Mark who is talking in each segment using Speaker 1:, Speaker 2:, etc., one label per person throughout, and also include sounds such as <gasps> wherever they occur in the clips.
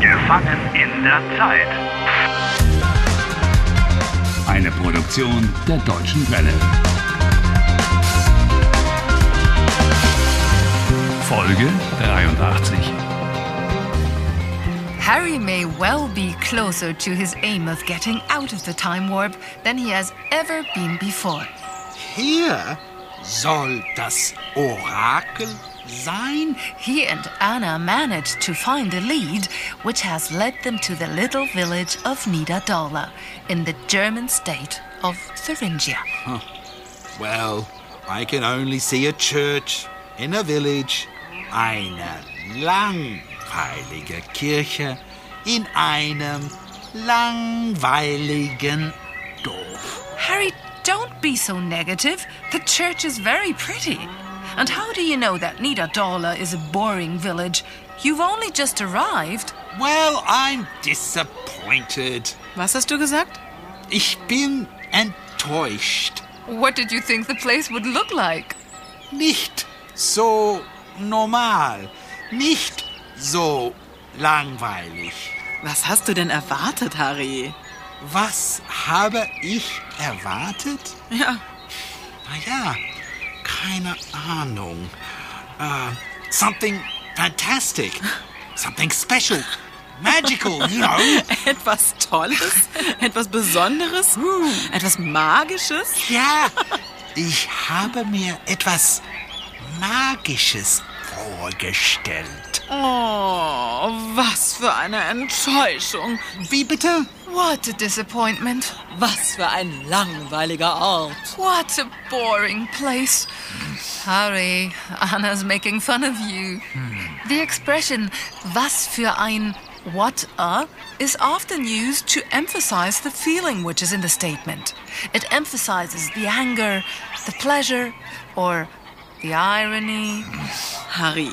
Speaker 1: Gefangen in der Zeit.
Speaker 2: Eine Produktion der Deutschen Welle. Folge 83.
Speaker 3: Harry may well be closer to his aim of getting out of the time warp than he has ever been before.
Speaker 4: Hier soll das Orakel sein?
Speaker 3: He and Anna managed to find a lead which has led them to the little village of Niederdala in the German state of Thuringia.
Speaker 4: Well, I can only see a church in a village. Eine langweilige Kirche in einem langweiligen Dorf.
Speaker 3: Harry, don't be so negative. The church is very pretty. And how do you know that Niederdala is a boring village? You've only just arrived.
Speaker 4: Well, I'm disappointed.
Speaker 3: Was hast du gesagt?
Speaker 4: Ich bin enttäuscht.
Speaker 3: What did you think the place would look like?
Speaker 4: Nicht so normal. Nicht so langweilig.
Speaker 5: Was hast du denn erwartet, Harry?
Speaker 4: Was habe ich erwartet?
Speaker 5: Ja,
Speaker 4: Naja, keine Ahnung. Uh, something fantastic. Something special. Magical, you know?
Speaker 5: etwas Tolles, etwas Besonderes, etwas Magisches.
Speaker 4: Ja, ich habe mir etwas Magisches vorgestellt.
Speaker 5: Oh, was für eine Enttäuschung.
Speaker 4: Wie bitte?
Speaker 3: What a disappointment.
Speaker 5: Was für ein langweiliger Ort.
Speaker 3: What a boring place. Harry, Anna's making fun of you.
Speaker 5: Hmm.
Speaker 3: The expression was für ein what a is often used to emphasize the feeling which is in the statement. It emphasizes the anger, the pleasure, or the irony.
Speaker 5: Hmm. Harry,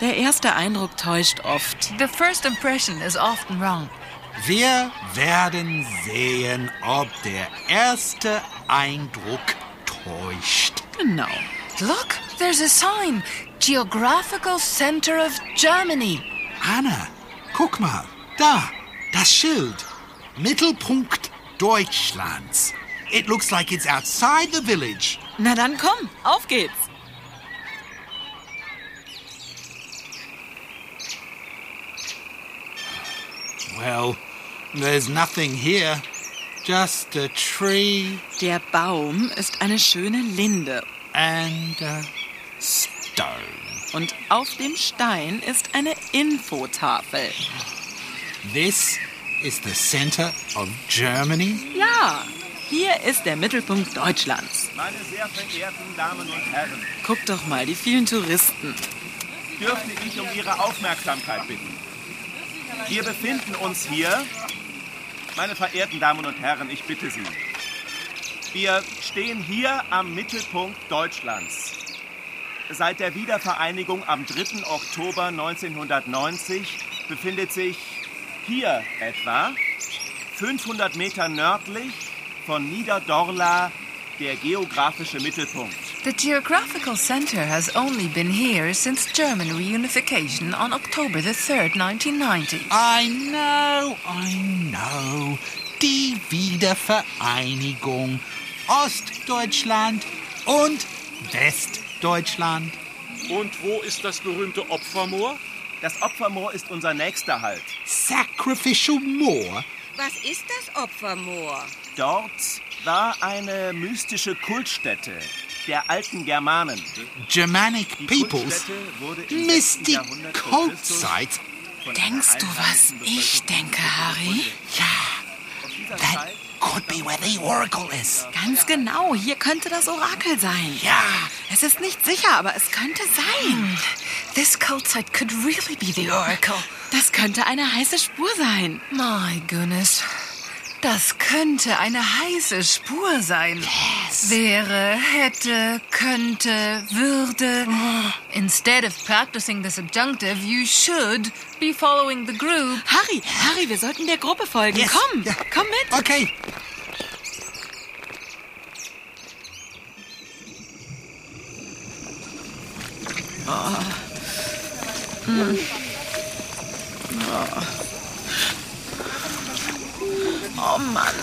Speaker 5: der erste Eindruck täuscht oft.
Speaker 3: The first impression is often wrong.
Speaker 4: Wir werden sehen, ob der erste Eindruck täuscht.
Speaker 5: Genau.
Speaker 3: Look, there's a sign Geographical Center of Germany.
Speaker 4: Anna, guck mal, da, das Schild. Mittelpunkt Deutschlands. It looks like it's outside the village.
Speaker 5: Na dann komm, auf geht's.
Speaker 4: Well, there's nothing here. Just a tree
Speaker 5: Der Baum ist eine schöne Linde
Speaker 4: and a stone.
Speaker 5: und auf dem Stein ist eine Infotafel.
Speaker 4: This is the center of Germany.
Speaker 5: Ja, hier ist der Mittelpunkt Deutschlands.
Speaker 6: Meine sehr verehrten Damen und Herren,
Speaker 5: Guck doch mal, die vielen Touristen.
Speaker 6: dürfte ich um Ihre Aufmerksamkeit bitten. Wir befinden uns hier, meine verehrten Damen und Herren, ich bitte Sie. Wir stehen hier am Mittelpunkt Deutschlands. Seit der Wiedervereinigung am 3. Oktober 1990 befindet sich hier etwa 500 Meter nördlich von Niederdorla der geografische Mittelpunkt.
Speaker 3: The geographical center has only been here since German reunification on October the 3rd, 1990.
Speaker 4: I know, I know. Die Wiedervereinigung Ostdeutschland und Westdeutschland.
Speaker 7: Und wo ist das berühmte Opfermoor?
Speaker 6: Das Opfermoor ist unser nächster Halt.
Speaker 4: Sacrificial Moor.
Speaker 8: Was ist das Opfermoor?
Speaker 6: Dort war eine mystische Kultstätte der alten Germanen.
Speaker 4: Germanic peoples.
Speaker 6: Kultstätte wurde im sechsten
Speaker 4: Mystic
Speaker 6: Jahrhundert vor
Speaker 4: cult
Speaker 6: Christus
Speaker 4: sites.
Speaker 6: von
Speaker 5: Denkst
Speaker 6: einer
Speaker 5: du, was
Speaker 6: einheimischen
Speaker 5: ich denke, Harry?
Speaker 4: That could be where the oracle is.
Speaker 5: Ganz genau, hier könnte das Orakel sein.
Speaker 4: Ja. Hm.
Speaker 5: Es ist nicht sicher, aber es könnte sein.
Speaker 3: This cult site could really be the Oracle.
Speaker 5: Das könnte eine heiße Spur sein.
Speaker 3: My goodness. Das könnte eine heiße Spur sein. Yes. Wäre, hätte, könnte, <gasps> würde. Instead of practicing the subjunctive, you should be following the group.
Speaker 5: Harry, Harry, wir sollten der Gruppe folgen.
Speaker 4: Yes.
Speaker 5: Komm,
Speaker 4: Ja.
Speaker 5: komm mit.
Speaker 4: Okay.
Speaker 5: Oh Mann.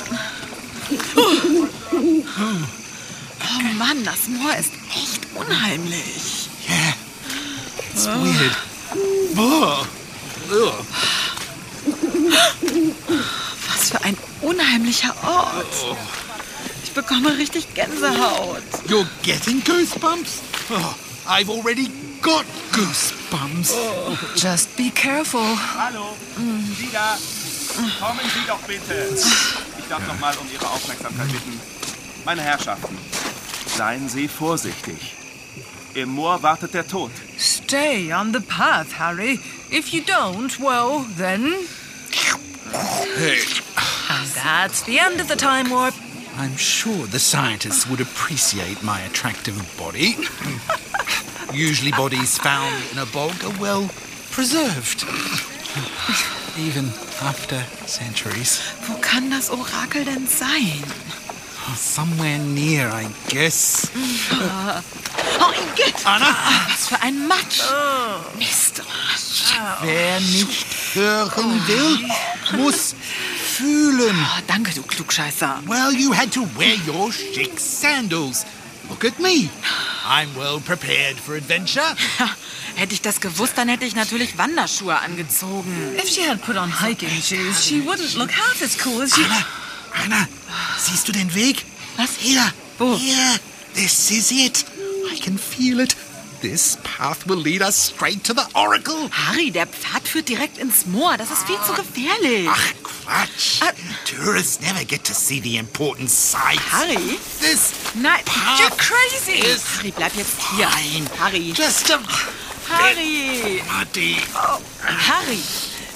Speaker 5: Oh Mann, das Moor ist echt unheimlich.
Speaker 4: Yeah. It's weird. Whoa. Ugh.
Speaker 5: Was für ein unheimlicher
Speaker 4: Oh.
Speaker 5: Ort. Ich bekomme richtig Gänsehaut.
Speaker 4: You're getting goosebumps? Oh, I've already got goosebumps.
Speaker 3: Just be careful.
Speaker 6: Hallo, Sie da. Kommen Sie doch bitte. Ich darf nochmal um Ihre Aufmerksamkeit bitten. Meine Herrschaften, seien Sie vorsichtig. Im Moor wartet der Tod.
Speaker 3: Stay on the path, Harry. If you don't, well, then. And that's the end of the time warp.
Speaker 4: I'm sure the scientists would appreciate my attractive body. <laughs> Usually, bodies found in a bog are well preserved, even after centuries.
Speaker 5: Wo kann das Orakel denn sein?
Speaker 4: Somewhere near, I guess.
Speaker 5: Oh, Igitt!
Speaker 4: Anna!
Speaker 5: Was für ein Matsch!
Speaker 4: Oh.
Speaker 5: Mist!
Speaker 4: Wer nicht hören will, muss fühlen.
Speaker 5: Oh, danke, du Klugscheißer.
Speaker 4: Well, you had to wear your chic sandals. Look at me. I'm well prepared for adventure.
Speaker 5: Ha, Hätte ich das gewusst, dann hätte ich natürlich Wanderschuhe angezogen.
Speaker 3: If she had put on hiking shoes, she wouldn't look half as cool as she.
Speaker 4: Anna, Anna, siehst du den Weg?
Speaker 5: Was?
Speaker 4: Here.
Speaker 5: Wo?
Speaker 4: Here. This is it. I can feel it. This path will lead us straight to the Oracle.
Speaker 5: Harry, der Pfad führt direkt ins Moor. Das ist viel zu gefährlich.
Speaker 4: Ach, Quatsch.
Speaker 5: Ah.
Speaker 4: Tourists never get to see the important sights.
Speaker 5: Harry?
Speaker 4: This
Speaker 5: Nein,
Speaker 4: path
Speaker 5: you're crazy.
Speaker 4: is
Speaker 5: Harry, bleib jetzt hier.
Speaker 4: fine.
Speaker 5: Harry,
Speaker 4: just a
Speaker 5: Harry,
Speaker 4: muddy.
Speaker 5: Harry,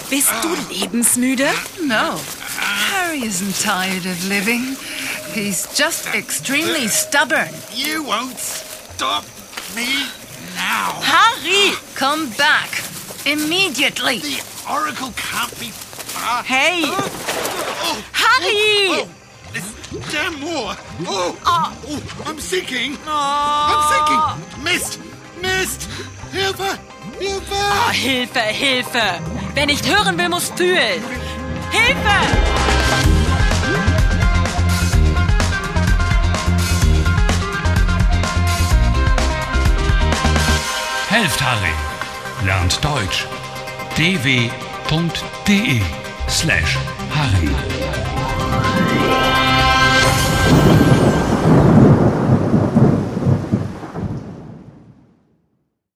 Speaker 5: bist du lebensmüde?
Speaker 3: No. Harry isn't tired of living. He's just extremely stubborn.
Speaker 4: You won't stop me now.
Speaker 5: Harry,
Speaker 3: Come back immediately.
Speaker 4: The Oracle can't be far.
Speaker 5: hey,
Speaker 4: Oh,
Speaker 5: Harry!
Speaker 4: oh, this damn moor. Oh,
Speaker 5: Ah.
Speaker 4: oh, I'm sinking.
Speaker 5: Oh.
Speaker 4: I'm sinking. Mist, mist. Hilfe, Hilfe.
Speaker 5: Oh, Hilfe, Hilfe! Wer nicht hören will, muss fühlen. Hilfe!
Speaker 2: Helft Harry. Lernt Deutsch. e dw.de slash Harry.